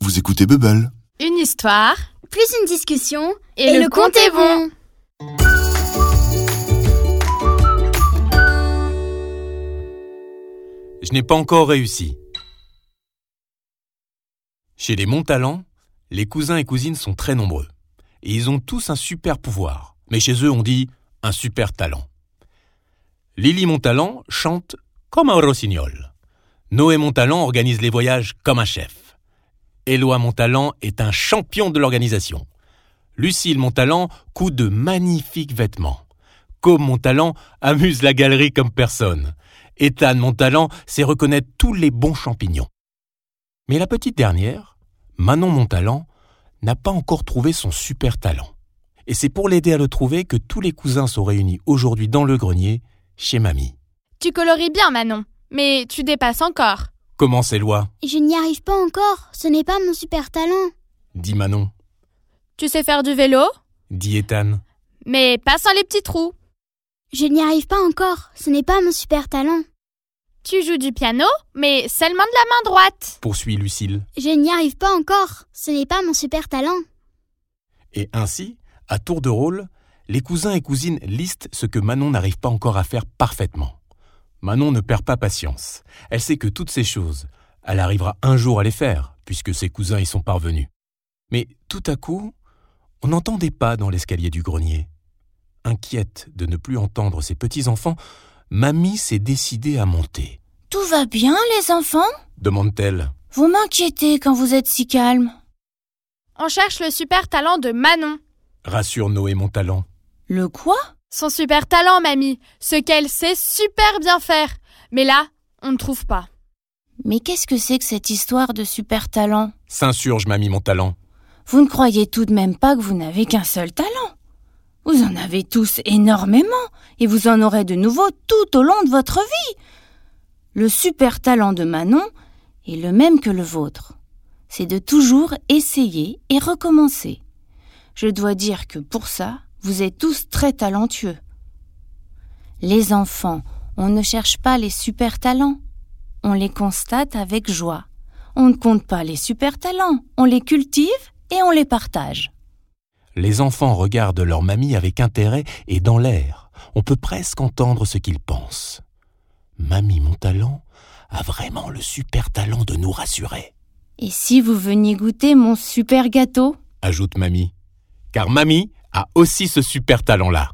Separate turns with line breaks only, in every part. Vous écoutez Bubble.
Une histoire
Plus une discussion
et, le, compte est bon.
Je n'ai pas encore réussi. Chez les Montalents, les cousins et cousines sont très nombreux. Et ils ont tous un super pouvoir. Mais chez eux, on dit un super talent. Lily Montalent chante comme un rossignol. Noé Montalent organise les voyages comme un chef. Éloi Montalent est un champion de l'organisation. Lucille Montalent coud de magnifiques vêtements. Comme Montalent amuse la galerie comme personne. Ethan Montalent sait reconnaître tous les bons champignons. Mais la petite dernière, Manon Montalent, n'a pas encore trouvé son super talent. Et c'est pour l'aider à le trouver que tous les cousins sont réunis aujourd'hui dans le grenier, chez Mamie.
Tu coloris bien, Manon, mais tu dépasses encore.
Comment c'est, Loi
Je n'y arrive pas encore, ce n'est pas mon super talent.
dit Manon,
Tu sais faire du vélo,
dit Ethan,
mais pas sans les petits trous.
Je n'y arrive pas encore, ce n'est pas mon super talent.
Tu joues du piano, mais seulement de la main droite.
poursuit Lucille.
Je n'y arrive pas encore, ce n'est pas mon super talent.
Et ainsi, à tour de rôle, les cousins et cousines listent ce que Manon n'arrive pas encore à faire parfaitement. Manon ne perd pas patience. Elle sait que toutes ces choses, elle arrivera un jour à les faire, puisque ses cousins y sont parvenus. Mais tout à coup, on n'entend des pas dans l'escalier du grenier. Inquiète de ne plus entendre ses petits-enfants, Mamie s'est décidée à monter.
Tout va bien, les enfants
Demande-t-elle.
Vous m'inquiétez quand vous êtes si calme.
On cherche le super talent de Manon.
Rassure Noé Montalent.
Le quoi
Son super talent, mamie, ce qu'elle sait super bien faire. Mais là, on ne trouve pas.
Mais qu'est-ce que c'est que cette histoire de super talent
S'insurge Mamie Montalent.
Vous ne croyez tout de même pas que vous n'avez qu'un seul talent. Vous en avez tous énormément, et vous en aurez de nouveaux tout au long de votre vie. Le super talent de Manon est le même que le vôtre. C'est de toujours essayer et recommencer. Je dois dire que pour ça, vous êtes tous très talentueux. Les enfants, on ne cherche pas les super talents. On les constate avec joie. On ne compte pas les super talents, on les cultive et on les partage.
Les enfants regardent leur mamie avec intérêt et dans l'air. On peut presque entendre ce qu'ils pensent. Mamie Montalent a vraiment le super talent de nous rassurer,
Et si vous veniez goûter mon super gâteau
ajoute mamie. Car mamie a aussi ce super talent-là.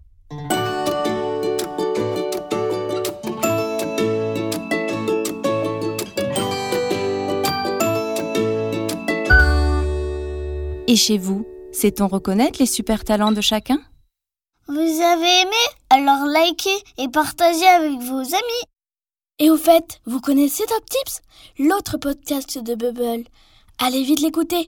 Et chez vous, sait-on reconnaître les super talents de chacun
Vous avez aimé Alors likez et partagez avec vos amis. Et au fait, vous connaissez Top Tips, l'autre podcast de Bubble. Allez vite l'écouter.